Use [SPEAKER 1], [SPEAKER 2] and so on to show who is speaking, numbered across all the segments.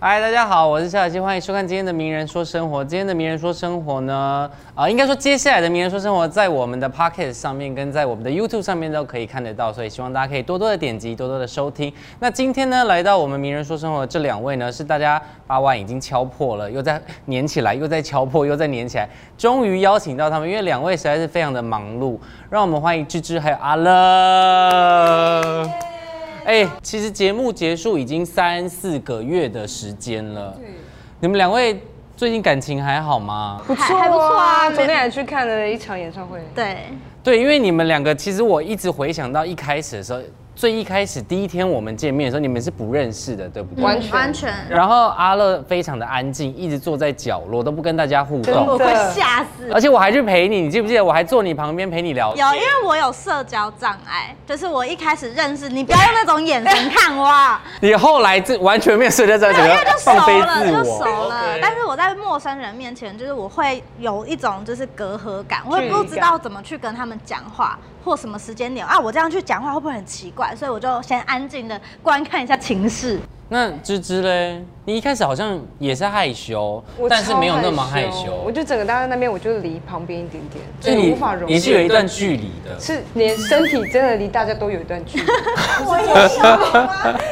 [SPEAKER 1] 嗨，大家好，我是夏小七，欢迎收看今天的《名人说生活》。今天的《名人说生活》呢，啊、应该说接下来的《名人说生活》在我们的 p o c k e t 上面跟在我们的 YouTube 上面都可以看得到，所以希望大家可以多多的点击，多多的收听。那今天呢，来到我们《名人说生活》的这两位呢，是大家八万已经敲破了，又再粘起来，又再敲破，又再粘起来，终于邀请到他们，因为两位实在是非常的忙碌，让我们欢迎芝芝还有阿乐。哎、其实节目结束已经三四个月的时间了。你们两位最近感情还好吗？
[SPEAKER 2] 不
[SPEAKER 3] 还还不错啊
[SPEAKER 2] 昨天还去看了一场演唱会。
[SPEAKER 3] 对，
[SPEAKER 1] 对，因为你们两个，其实我一直回想到一开始的时候，最一开始第一天我们见面的时候，你们是不认识的，对不对？
[SPEAKER 2] 完全
[SPEAKER 3] 完全，
[SPEAKER 1] 然后阿乐非常的安静，一直坐在角落，都不跟大家互
[SPEAKER 2] 真
[SPEAKER 1] 动
[SPEAKER 2] 的。
[SPEAKER 3] 我快吓死。
[SPEAKER 1] 而且我还去陪你，你记不记得？我还坐你旁边陪你聊天。
[SPEAKER 3] 有，因为我有社交障碍，就是我一开始认识你，不要用那种眼神 看我啊，
[SPEAKER 1] 你后来这完全没有睡在这，整
[SPEAKER 3] 因
[SPEAKER 1] 个
[SPEAKER 3] 为就熟
[SPEAKER 1] 放飞
[SPEAKER 3] 了，
[SPEAKER 1] 自
[SPEAKER 3] 就熟
[SPEAKER 1] 我。
[SPEAKER 3] 了。但是我在陌生人面前，就是我会有一种就是隔阂感，我也不知道怎么去跟他们讲话，或什么时间点啊，我这样去讲话会不会很奇怪？所以我就先安静的观看一下 情势。
[SPEAKER 1] 那芝芝嘞，你一开始好像也是害羞
[SPEAKER 2] 我，
[SPEAKER 1] 但是没有那么
[SPEAKER 2] 超
[SPEAKER 1] 害羞。
[SPEAKER 2] 我就整个搭在那边，我就离旁边一点点，
[SPEAKER 1] 就
[SPEAKER 2] 我
[SPEAKER 1] 你
[SPEAKER 2] 无法融入。
[SPEAKER 1] 你是有一段距离的。
[SPEAKER 2] 是连身体真的离大家都有一段距离，
[SPEAKER 3] 我也有，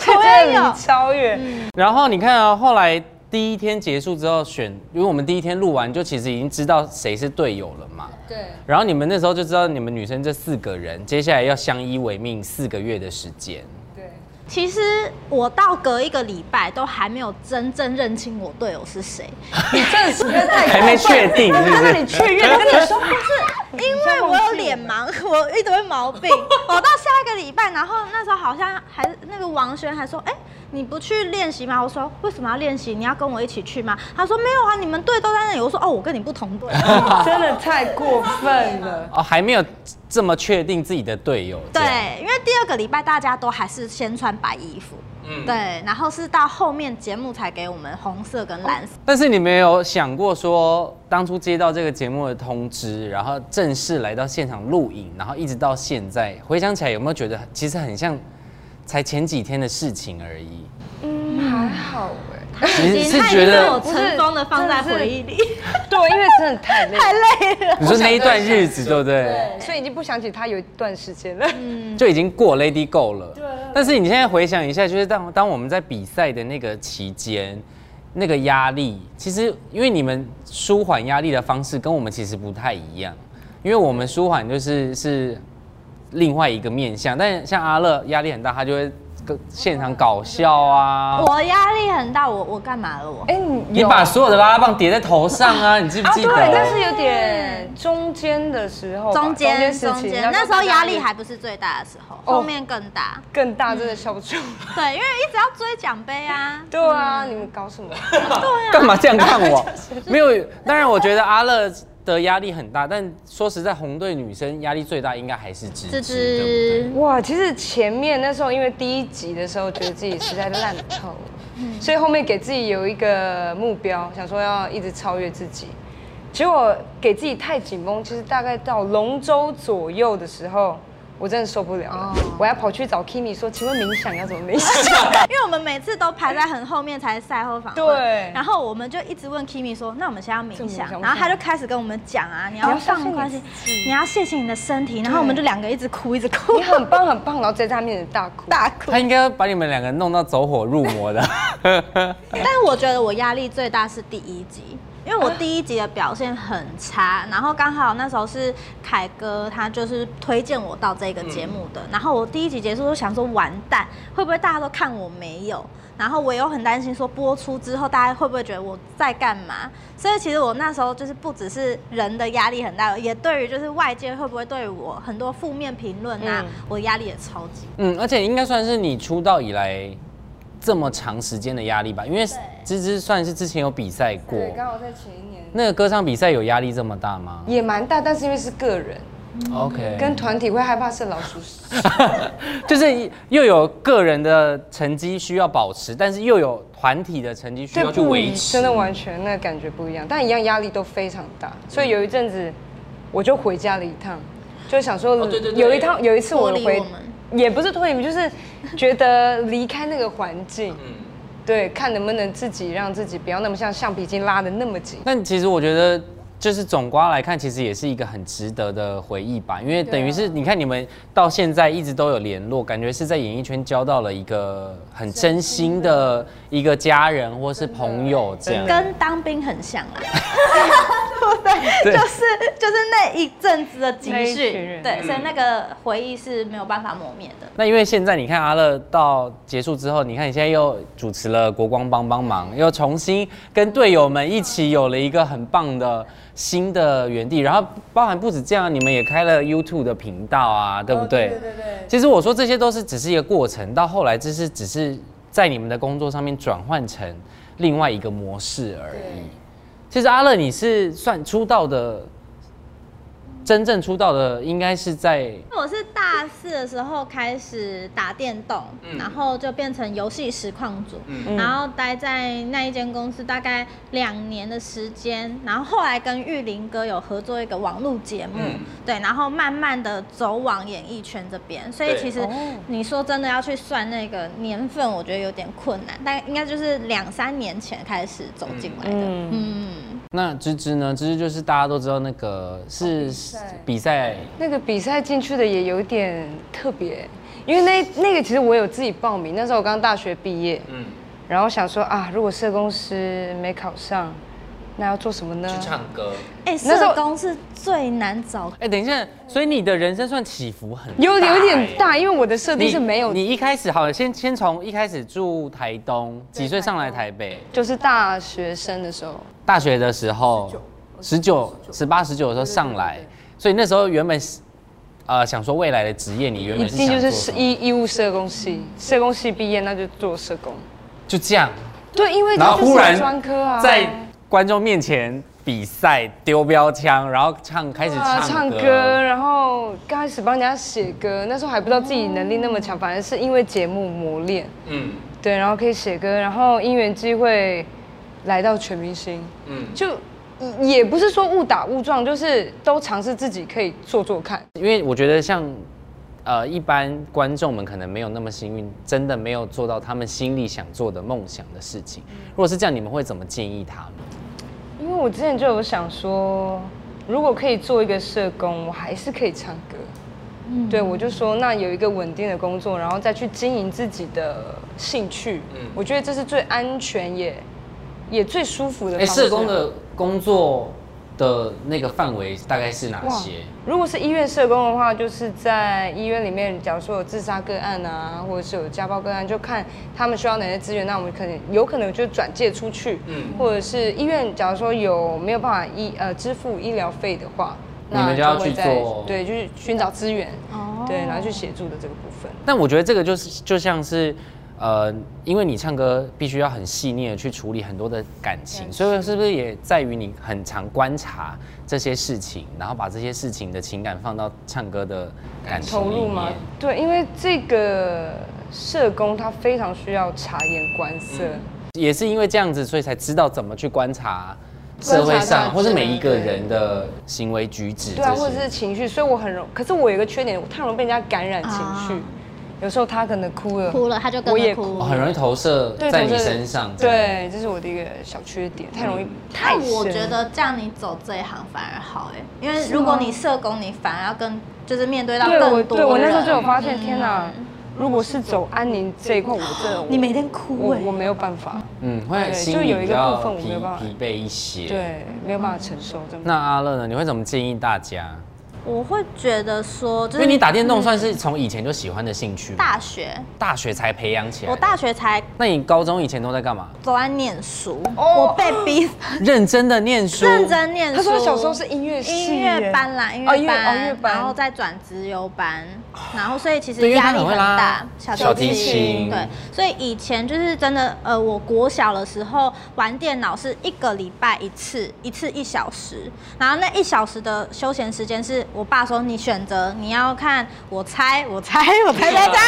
[SPEAKER 2] 真
[SPEAKER 3] 我也
[SPEAKER 2] 的
[SPEAKER 3] 有
[SPEAKER 2] 离。超远。
[SPEAKER 1] 然后你看啊，后来第一天结束之后选，因为我们第一天录完就其实已经知道谁是队友了嘛。
[SPEAKER 2] 对。
[SPEAKER 1] 然后你们那时候就知道你们女生这四个人接下来要相依为命四个月的时间。
[SPEAKER 2] 对，
[SPEAKER 3] 其实我到隔一个礼拜都还没有真正认清我队友是谁，
[SPEAKER 2] 你真的是在
[SPEAKER 1] 还没确定是不是
[SPEAKER 2] 他那里确认，他跟你说
[SPEAKER 3] 因为我有脸盲，我一堆毛 病。我到下一个礼拜，然后那时候好像还那个王轩还说，哎、你不去练习吗？我说为什么要练习？你要跟我一起去吗？他说没有啊，你们队都在那里。我说哦，我跟你不同队。
[SPEAKER 2] 真的太过分了。
[SPEAKER 1] 哦，还没有这么确定自己的队友。这样，
[SPEAKER 3] 对，因为第二个礼拜大家都还是先穿白衣服，
[SPEAKER 1] 嗯
[SPEAKER 3] 对，然后是到后面节目才给我们红色跟蓝色。
[SPEAKER 1] 但是你没有想过说，当初接到这个节目的通知，然后正式来到现场录影，然后一直到现在，回想起来有没有觉得其实很像才前几天的事情而已？
[SPEAKER 2] 嗯，还好哎。
[SPEAKER 1] 你是
[SPEAKER 3] 他已
[SPEAKER 1] 觉
[SPEAKER 3] 经被
[SPEAKER 1] 得
[SPEAKER 3] 我尘封的放在回忆里，
[SPEAKER 2] 对，因为真的太累了，
[SPEAKER 3] 太累了。
[SPEAKER 1] 你说那一段日子，对不对？
[SPEAKER 2] 所以已经不想起他有一段时间了。
[SPEAKER 1] 就已经过 Lady Go 了。但是你现在回想一下，就是当当我们在比赛的那个期间，那个压力，其实因为你们舒缓压力的方式跟我们其实不太一样，因为我们舒缓就是是另外一个面向，但像阿乐压力很大，他就会跟现场搞笑
[SPEAKER 2] 嗯
[SPEAKER 1] 啊。
[SPEAKER 3] 我压力很大，我我干嘛了我？
[SPEAKER 2] 哎，你
[SPEAKER 1] 你
[SPEAKER 2] 有
[SPEAKER 1] 把所有的拉拉棒叠在头上啊，你记不
[SPEAKER 2] 啊，
[SPEAKER 1] 记
[SPEAKER 2] 对，
[SPEAKER 1] 得？
[SPEAKER 2] 但是有点中间的时候吧，
[SPEAKER 3] 中间
[SPEAKER 2] 时
[SPEAKER 3] 中
[SPEAKER 2] 期
[SPEAKER 3] 间，那时候压力
[SPEAKER 2] 大家
[SPEAKER 3] 还不是最大的时候，
[SPEAKER 2] 哦
[SPEAKER 3] 后面更 大。
[SPEAKER 2] 更大，真的笑不出。
[SPEAKER 3] 对，因为一直要追奖杯啊。
[SPEAKER 2] 对啊，你们搞什么？啊
[SPEAKER 1] 干嘛这样看 我？没有，当然我觉得阿乐的压力很大，但说实在，红队女生压力最大应该还是芝芝。对
[SPEAKER 3] 芝
[SPEAKER 1] 不对
[SPEAKER 3] 芝，
[SPEAKER 2] 哇，其实前面那时候因为第一集的时候觉得自己实在烂透
[SPEAKER 3] 嗯
[SPEAKER 2] 了，所以后面给自己有一个目标，想说要一直超越自己。结果给自己太紧绷，其实大概到龙舟左右的时候，我真的受不了
[SPEAKER 3] 哦
[SPEAKER 2] 了，我要跑去找 Kimi 说，请问冥想要怎么冥想？
[SPEAKER 3] 因为我们每次都排在很后面才赛后访问，
[SPEAKER 2] 对
[SPEAKER 3] 然后我们就一直问 Kimi 说，那我们现在要冥
[SPEAKER 2] 怎么
[SPEAKER 3] 想，
[SPEAKER 2] 想
[SPEAKER 3] 然后他就开始跟我们讲啊，你要放宽
[SPEAKER 2] 你要相信你
[SPEAKER 3] 心
[SPEAKER 2] 自己，
[SPEAKER 3] 你要谢谢你的身体，然后我们就两个一直哭，一直哭
[SPEAKER 2] 你，很棒很棒，然后在他面前大哭。
[SPEAKER 3] 大哭。
[SPEAKER 1] 他应该把你们两个弄到走火入魔 的。
[SPEAKER 3] 但是我觉得我压力最大是第一集，因为我第一集的表现很差，然后刚好那时候是凯哥他就是推荐我到这个节目的，然后我第一集结束就想说完蛋，会不会大家都看我没有？然后我又很担心说播出之后大家会不会觉得我在干嘛？所以其实我那时候就是不只是人的压力很大，也对于就是外界会不会对我很多负面评论啊，
[SPEAKER 2] 嗯
[SPEAKER 3] 我压力也超级
[SPEAKER 1] 嗯，而且应该算是你出道以来这么长时间的压力吧，因为芝芝算是之前有比赛过。
[SPEAKER 2] 对，刚好在前一年
[SPEAKER 1] 那个歌唱比赛有压力这么大吗、
[SPEAKER 2] 也蛮大，但是因为是个人，
[SPEAKER 1] o k
[SPEAKER 2] 嗯跟团体会害怕是老鼠屎。
[SPEAKER 1] 就是又有个人的成绩需要保持，但是又有团体的成绩需要去
[SPEAKER 2] 不
[SPEAKER 1] 维
[SPEAKER 2] 一
[SPEAKER 1] 持。
[SPEAKER 2] 真的完全那感觉不一样，但一样压力都非常大。所以有一阵子我就回家了一趟，就想说，
[SPEAKER 1] 哦对对对
[SPEAKER 2] 有一趟有一次我
[SPEAKER 3] 脱离
[SPEAKER 2] 回
[SPEAKER 3] 我们，
[SPEAKER 1] 嗯
[SPEAKER 2] 也不是脱离，就是觉得离开那个环境，对，看能不能自己让自己不要那么像橡皮筋拉的那么紧。
[SPEAKER 1] 但其实我觉得，就是总瓜来看，其实也是一个很值得的回忆吧，因为等于是你看你们到现在一直都有联络，感觉是在演艺圈交到了一个很真心的一个家人或是朋友这样。
[SPEAKER 3] 跟当兵很像啊，对不对？
[SPEAKER 1] 对
[SPEAKER 3] 就是就是那一阵子的集
[SPEAKER 2] 那一群
[SPEAKER 3] 训
[SPEAKER 2] 人，
[SPEAKER 3] 对，所以那个回忆是没有办法磨灭的。
[SPEAKER 1] 那因为现在你看阿乐到结束之后，你看你现在又主持了《国光帮帮忙》，又重新跟队友们一起有了一个很棒的新的园地，然后包含不止这样，你们也开了 YouTube 的频道啊，对不对？
[SPEAKER 4] 对对对。
[SPEAKER 1] 其实我说这些都是只是一个过程，到后来这是只是在你们的工作上面转换成另外一个模式而已
[SPEAKER 4] 对。
[SPEAKER 1] 其实阿乐，你是算出道的，真正出道的应该是在
[SPEAKER 3] 我是大四的时候开始打电动，然后就变成游戏实况组，然后待在那一间公司大概两年的时间，然后后来跟玉林哥有合作一个网络节目，对，然后慢慢的走往演艺圈这边，所以
[SPEAKER 1] 对
[SPEAKER 3] 其实
[SPEAKER 2] 哦
[SPEAKER 3] 你说真的要去算那个年份，我觉得有点困难，但应该就是两三年前开始走进来的，嗯
[SPEAKER 1] 那芝芝呢？芝芝就是大家都知道那个是比赛，
[SPEAKER 2] 那个比赛进去的也有点特别，因为那那个其实我有自己报名，那时候我刚大学毕业，
[SPEAKER 1] 嗯，
[SPEAKER 2] 然后想说啊，如果社工师没考上，那要做什么呢？
[SPEAKER 1] 歌。
[SPEAKER 3] 哎、
[SPEAKER 2] 那时候
[SPEAKER 3] 社工是最难找
[SPEAKER 1] 哎、等一下，所以你的人生算起伏很大
[SPEAKER 2] 有有
[SPEAKER 1] 哎
[SPEAKER 2] 点大，欸因为我的设定是没有
[SPEAKER 1] 你。你一开始好，先先从一开始住台东，几岁上来台北？
[SPEAKER 2] 就是大学生的时候，
[SPEAKER 1] 大学的时候，十九、十八、十九的时候上来，所以那时候原本是呃想说未来的职业，你原
[SPEAKER 2] 一
[SPEAKER 1] 本是
[SPEAKER 2] 进
[SPEAKER 1] 想
[SPEAKER 2] 就是
[SPEAKER 1] 做什
[SPEAKER 2] 是
[SPEAKER 1] 么
[SPEAKER 2] 医医务社工系，社工系毕业那就做社工。
[SPEAKER 1] 就这样，
[SPEAKER 2] 对，因为
[SPEAKER 1] 然后
[SPEAKER 2] 哎这就是
[SPEAKER 1] 忽然
[SPEAKER 2] 专科啊，
[SPEAKER 1] 在观众面前比赛丢标枪，然后唱开始
[SPEAKER 2] 啊
[SPEAKER 1] 唱
[SPEAKER 2] 唱歌，然后刚开始帮人家写歌，那时候还不知道自己能力那么强，反而是因为节目磨练，
[SPEAKER 1] 嗯
[SPEAKER 2] 对，然后可以写歌，然后因缘机会来到全明星，
[SPEAKER 1] 嗯。
[SPEAKER 2] 就也也不是说误打误撞，就是都尝试自己可以做做看。
[SPEAKER 1] 因为我觉得像呃一般观众们可能没有那么幸运，真的没有做到他们心里想做的梦想的事
[SPEAKER 2] 嗯
[SPEAKER 1] 情。如果是这样，你们会怎么建议他们？
[SPEAKER 2] 因为我之前就有想说，如果可以做一个社工，我还是可以唱歌。对，我就说那有一个稳定的工作，然后再去经营自己的兴趣，我觉得这是最安全也也最舒服的
[SPEAKER 1] 哎、
[SPEAKER 2] 方式。啊
[SPEAKER 1] 社工的工作的那个范围大概是哪
[SPEAKER 2] 哇
[SPEAKER 1] 些？
[SPEAKER 2] 如果是医院社工的话，就是在医院里面，假如说有自杀个案啊，或者是有家暴个案，就看他们需要哪些资源，那我们可能有可能就转介出去，嗯，或者是医院假如说有没有办法医呃支付医疗费的话，
[SPEAKER 1] 你们就要去
[SPEAKER 2] 会再
[SPEAKER 1] 做
[SPEAKER 2] 对，就是寻找资源，
[SPEAKER 3] 哦
[SPEAKER 2] 对，然后去协助的这个部分。
[SPEAKER 1] 但我觉得这个就是就像是，呃，因为你唱歌必须要很细腻的去处理很多的感情，所以是不是也在于你很常观察这些事情，然后把这些事情的情感放到唱歌的感情
[SPEAKER 2] 投
[SPEAKER 1] 里
[SPEAKER 2] 入吗
[SPEAKER 1] 面？？
[SPEAKER 2] 对，因为这个社工他非常需要察言观色。
[SPEAKER 1] 嗯也是因为这样子，所以才知道怎么去观察社会
[SPEAKER 2] 观察大
[SPEAKER 1] 上
[SPEAKER 2] 家
[SPEAKER 1] 或是每一个人的行为举止这
[SPEAKER 2] 啊对啊，或者
[SPEAKER 1] 些
[SPEAKER 2] 是。情绪，所以我很容，可是我有一个缺点，我太容易被人家感染情绪。
[SPEAKER 3] 啊
[SPEAKER 2] 有时候他可能哭了，
[SPEAKER 3] 哭了，他就跟
[SPEAKER 2] 我也
[SPEAKER 3] 着哭
[SPEAKER 1] 哦、很容易投射
[SPEAKER 2] 对
[SPEAKER 1] 在你
[SPEAKER 2] 投射
[SPEAKER 1] 身上，这样，
[SPEAKER 2] 对，这是嗯我的一个小缺点，太容易太
[SPEAKER 3] 但我
[SPEAKER 2] 深
[SPEAKER 3] 觉得这样你走这一行反而好哎，因为如果你社工，你反而要跟就是面对到
[SPEAKER 2] 对我
[SPEAKER 3] 更多
[SPEAKER 2] 对我那时候就有发现，
[SPEAKER 3] 人嗯
[SPEAKER 2] 天哪！如果是走安宁这一块，我真的我
[SPEAKER 3] 啊你每天哭
[SPEAKER 2] 我
[SPEAKER 3] 哎，
[SPEAKER 2] 我没有办法，
[SPEAKER 1] 嗯，会
[SPEAKER 2] 对
[SPEAKER 1] 心
[SPEAKER 2] 就
[SPEAKER 1] 里
[SPEAKER 2] 有
[SPEAKER 1] 比
[SPEAKER 2] 一个
[SPEAKER 1] 较
[SPEAKER 2] 部分我
[SPEAKER 1] 疲
[SPEAKER 2] 没有办法
[SPEAKER 1] 疲惫一些。，
[SPEAKER 2] 对，没有办法承受这么。
[SPEAKER 1] 那阿乐呢？你会怎么建议大家？
[SPEAKER 3] 我会觉得说，就
[SPEAKER 1] 因为
[SPEAKER 3] 是
[SPEAKER 1] 你打电动算是从以前就喜欢的兴趣吗，
[SPEAKER 3] 嗯大学，
[SPEAKER 1] 大学才培养起来。
[SPEAKER 3] 我大，学才
[SPEAKER 1] 那你高中以前都在干 嘛？
[SPEAKER 3] 都在念书，
[SPEAKER 2] 哦
[SPEAKER 3] 我被 逼
[SPEAKER 1] 认真的念书，
[SPEAKER 3] 认真念书。
[SPEAKER 2] 他说他小时候是音乐系耶
[SPEAKER 3] 音乐班啦，音
[SPEAKER 2] 哦
[SPEAKER 3] 乐
[SPEAKER 2] 哦
[SPEAKER 3] 班，
[SPEAKER 2] 音乐班
[SPEAKER 3] 然后再转资优班，然后所以其
[SPEAKER 1] 对
[SPEAKER 3] 实
[SPEAKER 1] 因为他
[SPEAKER 3] 压
[SPEAKER 1] 很
[SPEAKER 3] 力
[SPEAKER 1] 会
[SPEAKER 3] 很
[SPEAKER 1] 拉
[SPEAKER 3] 大。
[SPEAKER 1] 小提琴
[SPEAKER 3] 对，所以以前就是真的，呃，我国小的时候玩电脑是一个礼拜一次，一次一小时，然后那一小时的休闲时间是我爸说你选择你要看我猜我猜我猜猜猜，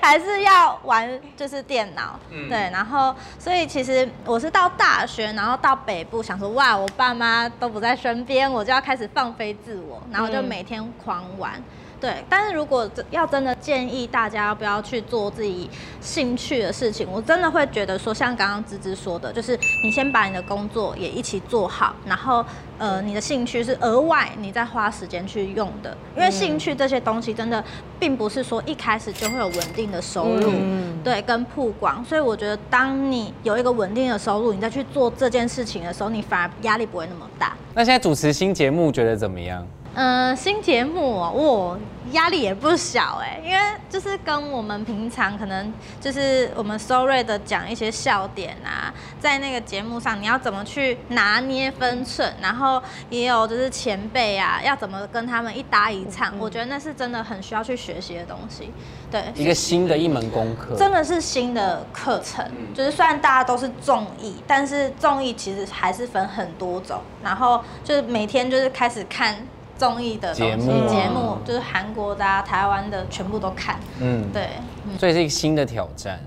[SPEAKER 3] 还是要玩就是电脑，对，然后所以其实我是到大学，然后到北部想说哇，我爸妈都不在身边，我就要开始放飞自我，然后就每天狂玩。对，但是如果真要真的建议大家要不要去做自己兴趣的事情，我真的会觉得说，像刚刚芝芝说的，就是你先把你的工作也一起做好，然后呃，你的兴趣是额外你再花时间去用的，因为兴趣这些东西真的并不是说一开始就会有稳定的收入，
[SPEAKER 2] 嗯
[SPEAKER 3] 对，跟曝光，所以我觉得当你有一个稳定的收入，你再去做这件事情的时候，你反而压力不会那么大。
[SPEAKER 1] 那现在主持新节目觉得怎么样？
[SPEAKER 3] 呃，新节目哦，我压力也不小哎，因为就是跟我们平常可能就是我们 so 瑞的讲一些笑点啊，在那个节目上你要怎么去拿捏分寸，然后也有就是前辈啊，要怎么跟他们一搭一唱，我觉得那是真的很需要去学习的东西，对，
[SPEAKER 1] 一个新的一门功课，
[SPEAKER 3] 真的是新的课程，
[SPEAKER 1] 嗯
[SPEAKER 3] 就是虽然大家都是综艺，但是综艺其实还是分很多种，然后就是每天就是开始看综艺的东西
[SPEAKER 1] 节目啊
[SPEAKER 3] 节目就是韩国的、啊、台湾的全部都看，
[SPEAKER 1] 嗯，
[SPEAKER 3] 对，嗯
[SPEAKER 1] 所以是一个新的挑战。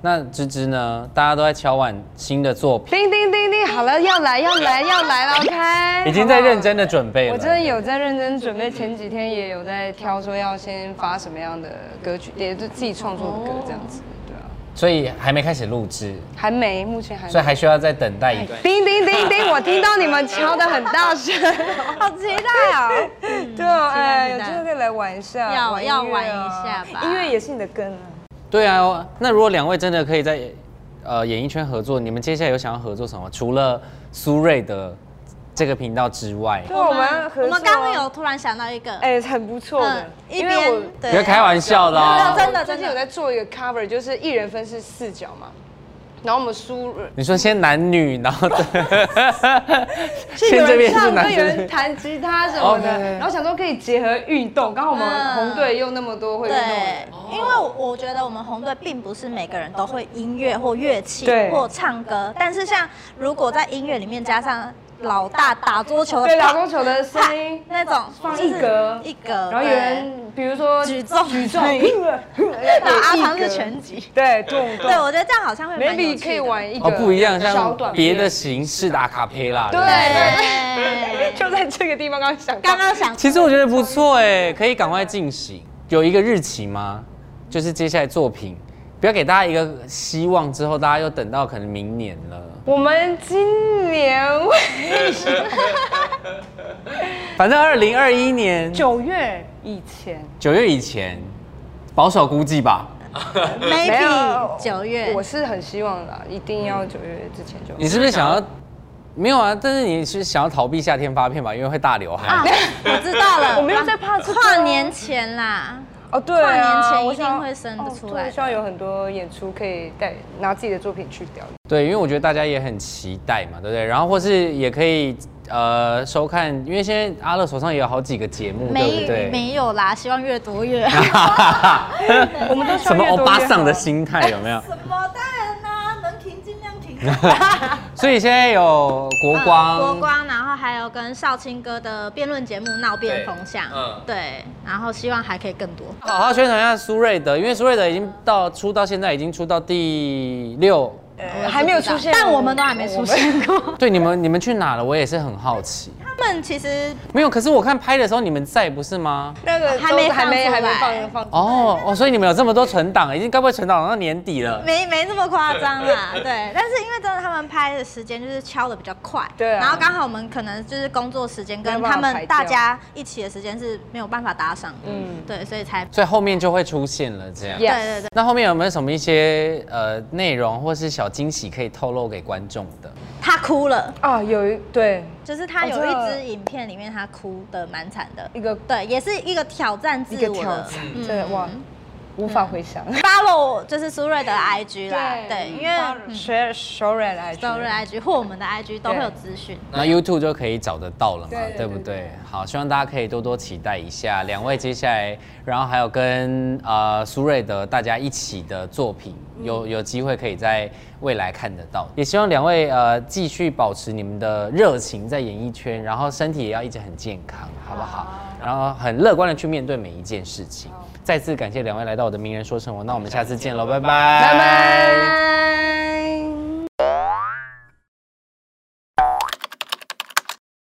[SPEAKER 1] 那芝芝呢？大家都在敲碗新的作品，
[SPEAKER 2] 叮叮叮叮，好了，要来要来要来了，OK。
[SPEAKER 1] 已经在认真的准备了。
[SPEAKER 2] 我真的有在认真准备，前几天也有在挑说要先发什么样的歌曲，也就自己创作的歌这样子，
[SPEAKER 3] 哦
[SPEAKER 2] 对啊，
[SPEAKER 1] 所以还没开始录制，
[SPEAKER 2] 还没，目前还
[SPEAKER 1] 所以
[SPEAKER 2] 没。
[SPEAKER 1] 还需要再等待一段。
[SPEAKER 2] 叮叮叮叮，我听到你们敲的很大声，
[SPEAKER 3] 好期待哦！
[SPEAKER 2] 对，哎，有
[SPEAKER 3] 期待
[SPEAKER 2] 机会可以来玩一下，
[SPEAKER 3] 要
[SPEAKER 2] 玩音
[SPEAKER 3] 要
[SPEAKER 2] 乐啊
[SPEAKER 3] 玩一下吧
[SPEAKER 2] 音乐也是你的根啊。
[SPEAKER 1] 对啊，那如果两位真的可以在呃演艺圈合作，你们接下来有想要合作什么？除了苏芮的这个频道之外，
[SPEAKER 2] 对，我们合
[SPEAKER 3] 我
[SPEAKER 2] 作啊
[SPEAKER 3] 们刚刚有突然想到一个，
[SPEAKER 2] 哎，很不错的
[SPEAKER 3] 嗯，一
[SPEAKER 2] 因为我
[SPEAKER 3] 边
[SPEAKER 1] 不要开玩笑的
[SPEAKER 2] 啊
[SPEAKER 3] 没有
[SPEAKER 1] 哦。
[SPEAKER 3] 真的
[SPEAKER 2] 最
[SPEAKER 3] 真
[SPEAKER 2] 近有
[SPEAKER 3] 的
[SPEAKER 2] 在做一个 cover，就是一人分饰四角嘛，然后我们苏
[SPEAKER 1] 你说先男女，然后
[SPEAKER 2] 就有
[SPEAKER 1] 先这
[SPEAKER 2] 人
[SPEAKER 1] 边是
[SPEAKER 2] 唱歌，
[SPEAKER 1] 男
[SPEAKER 2] 有人
[SPEAKER 1] 生，
[SPEAKER 2] 弹吉他什
[SPEAKER 3] 哦
[SPEAKER 2] 么
[SPEAKER 1] OK
[SPEAKER 2] 的，然后想说可以结合运动。刚好我们
[SPEAKER 3] 嗯
[SPEAKER 2] 红队又那么多会运动的
[SPEAKER 3] 对
[SPEAKER 2] 人，，
[SPEAKER 3] 因为我觉得我们红队并不是每个人都会音乐或乐器
[SPEAKER 2] 对
[SPEAKER 3] 或唱歌，但是像如果在音乐里面加上老大打桌球的
[SPEAKER 2] 对打桌球的声音，
[SPEAKER 3] 那种
[SPEAKER 2] 放
[SPEAKER 3] 就是
[SPEAKER 2] 一格
[SPEAKER 3] 一格，
[SPEAKER 2] 然后有人比如说
[SPEAKER 3] 对举重
[SPEAKER 2] 举 重，
[SPEAKER 3] 对然后阿唐
[SPEAKER 2] 全
[SPEAKER 3] 是全集。
[SPEAKER 2] 对动
[SPEAKER 3] 对，
[SPEAKER 2] 动
[SPEAKER 3] 我觉得这样好像会蛮有
[SPEAKER 2] ，maybe
[SPEAKER 3] 趣
[SPEAKER 2] 可以
[SPEAKER 3] 的
[SPEAKER 2] 玩一个
[SPEAKER 1] 哦不一样，
[SPEAKER 2] 小
[SPEAKER 1] 像
[SPEAKER 2] 短
[SPEAKER 1] 别
[SPEAKER 2] 片
[SPEAKER 1] 的形式的阿卡佩拉。
[SPEAKER 2] 对
[SPEAKER 3] 对
[SPEAKER 2] 就在这个地方刚刚想到
[SPEAKER 3] 刚刚想
[SPEAKER 1] 其实我觉得不错哎，可以赶快进行。有一个日期吗？就是接下来作品，不要给大家一个希望，之后大家又等到可能明年了。
[SPEAKER 2] 我们今年
[SPEAKER 1] 反正二零二一年
[SPEAKER 2] 九月以前
[SPEAKER 1] 九月以前，保守估计吧。
[SPEAKER 2] 没
[SPEAKER 3] maybe
[SPEAKER 2] 有
[SPEAKER 3] 九月
[SPEAKER 2] 我是很希望啦，一定要九月之前就。
[SPEAKER 1] 你是不是想要？没有啊，但是你是想要逃避夏天发片吧？因为会大流汗。
[SPEAKER 3] 啊，我知道了，
[SPEAKER 2] 我没有在怕这个啊
[SPEAKER 3] 跨年前啦，
[SPEAKER 2] 哦，对啊，
[SPEAKER 3] 跨年前
[SPEAKER 2] 我
[SPEAKER 3] 一定
[SPEAKER 2] 想
[SPEAKER 3] 会生得
[SPEAKER 2] 哦
[SPEAKER 3] 出
[SPEAKER 2] 对
[SPEAKER 3] 来的
[SPEAKER 2] 希望有很多演出可以带拿自己的作品去表演。
[SPEAKER 1] 对，因为我觉得大家也很期待嘛，对不对？然后或是也可以呃收看，因为现在阿乐手上也有好几个节目，对不
[SPEAKER 3] 没
[SPEAKER 1] 对？
[SPEAKER 3] 没有啦，希望越多越好。
[SPEAKER 2] 我们都 希
[SPEAKER 1] 什
[SPEAKER 2] 望
[SPEAKER 1] 么
[SPEAKER 2] 越多
[SPEAKER 1] 欧巴
[SPEAKER 2] 越
[SPEAKER 1] 桑的
[SPEAKER 2] 好
[SPEAKER 1] 心态有没有？
[SPEAKER 3] 什么当然啦，能停尽量停。
[SPEAKER 1] 所以现在有国光，
[SPEAKER 3] 国嗯光，然后还有跟少卿哥的辩论节目《闹辩风向》，对，嗯然后希望还可以更多。
[SPEAKER 1] 好好宣传一下苏芮德，因为苏芮德已经到出到现在已经出到第六，
[SPEAKER 2] 呃还没有出现，
[SPEAKER 3] 但我们都还没出现过。
[SPEAKER 1] 对你们你们去哪了？我也是很好奇。
[SPEAKER 3] 他们其实
[SPEAKER 1] 没有，可是我看拍的时候你们在不是吗？
[SPEAKER 2] 那个
[SPEAKER 3] 哦还没
[SPEAKER 2] 都还没
[SPEAKER 3] 放出
[SPEAKER 2] 还
[SPEAKER 3] 来
[SPEAKER 2] 没放放
[SPEAKER 1] 哦哦，所以你们有这么多存档，已经该不会存档到年底了？
[SPEAKER 3] 没没那么夸张啦，对。但是因为真的他们拍的时间就是敲的比较快，
[SPEAKER 2] 对啊
[SPEAKER 3] 然后刚好我们可能就是工作时间
[SPEAKER 2] 没有
[SPEAKER 3] 跟
[SPEAKER 2] 办法
[SPEAKER 3] 他
[SPEAKER 2] 排
[SPEAKER 3] 们
[SPEAKER 2] 掉
[SPEAKER 3] 大家一起的时间是没有办法搭上的，
[SPEAKER 2] 嗯
[SPEAKER 3] 嗯，对，所以才
[SPEAKER 1] 所以后面就会出现了这样。
[SPEAKER 2] Yeah
[SPEAKER 3] 对对对。
[SPEAKER 1] 那后面有没有什么一些呃内容或是小惊喜可以透露给观众的？
[SPEAKER 3] 他哭了，
[SPEAKER 2] 啊，有一对
[SPEAKER 3] 就是他有
[SPEAKER 2] 哦
[SPEAKER 3] 一
[SPEAKER 2] 真的
[SPEAKER 3] 支影片里面他哭的蛮惨的，
[SPEAKER 2] 一个
[SPEAKER 3] 对，也是一个挑战自
[SPEAKER 2] 一
[SPEAKER 3] 我
[SPEAKER 2] 个
[SPEAKER 3] 的嗯
[SPEAKER 2] 挑战，真的哇，无法回想。
[SPEAKER 3] follow 就是苏芮的 IG 啦，对，嗯因为
[SPEAKER 2] 嗯学熟人来
[SPEAKER 3] 苏芮的 IG 或我们的 IG 都会有资讯。
[SPEAKER 1] 那 YouTube 就可以找得到了嘛，
[SPEAKER 2] 对对
[SPEAKER 1] 对不对？好，希望大家可以多多期待一下两位接下来，然后还有跟呃苏芮德大家一起的作品，有有机会可以在未来看得到。也希望两位呃继续保持你们的热情在演艺圈，然后身体也要一直很健康，好不好？然后很乐观的去面对每一件事情。再次感谢两位来到我的名人说生活，那我们下次见喽，拜拜，拜拜。
[SPEAKER 3] 拜。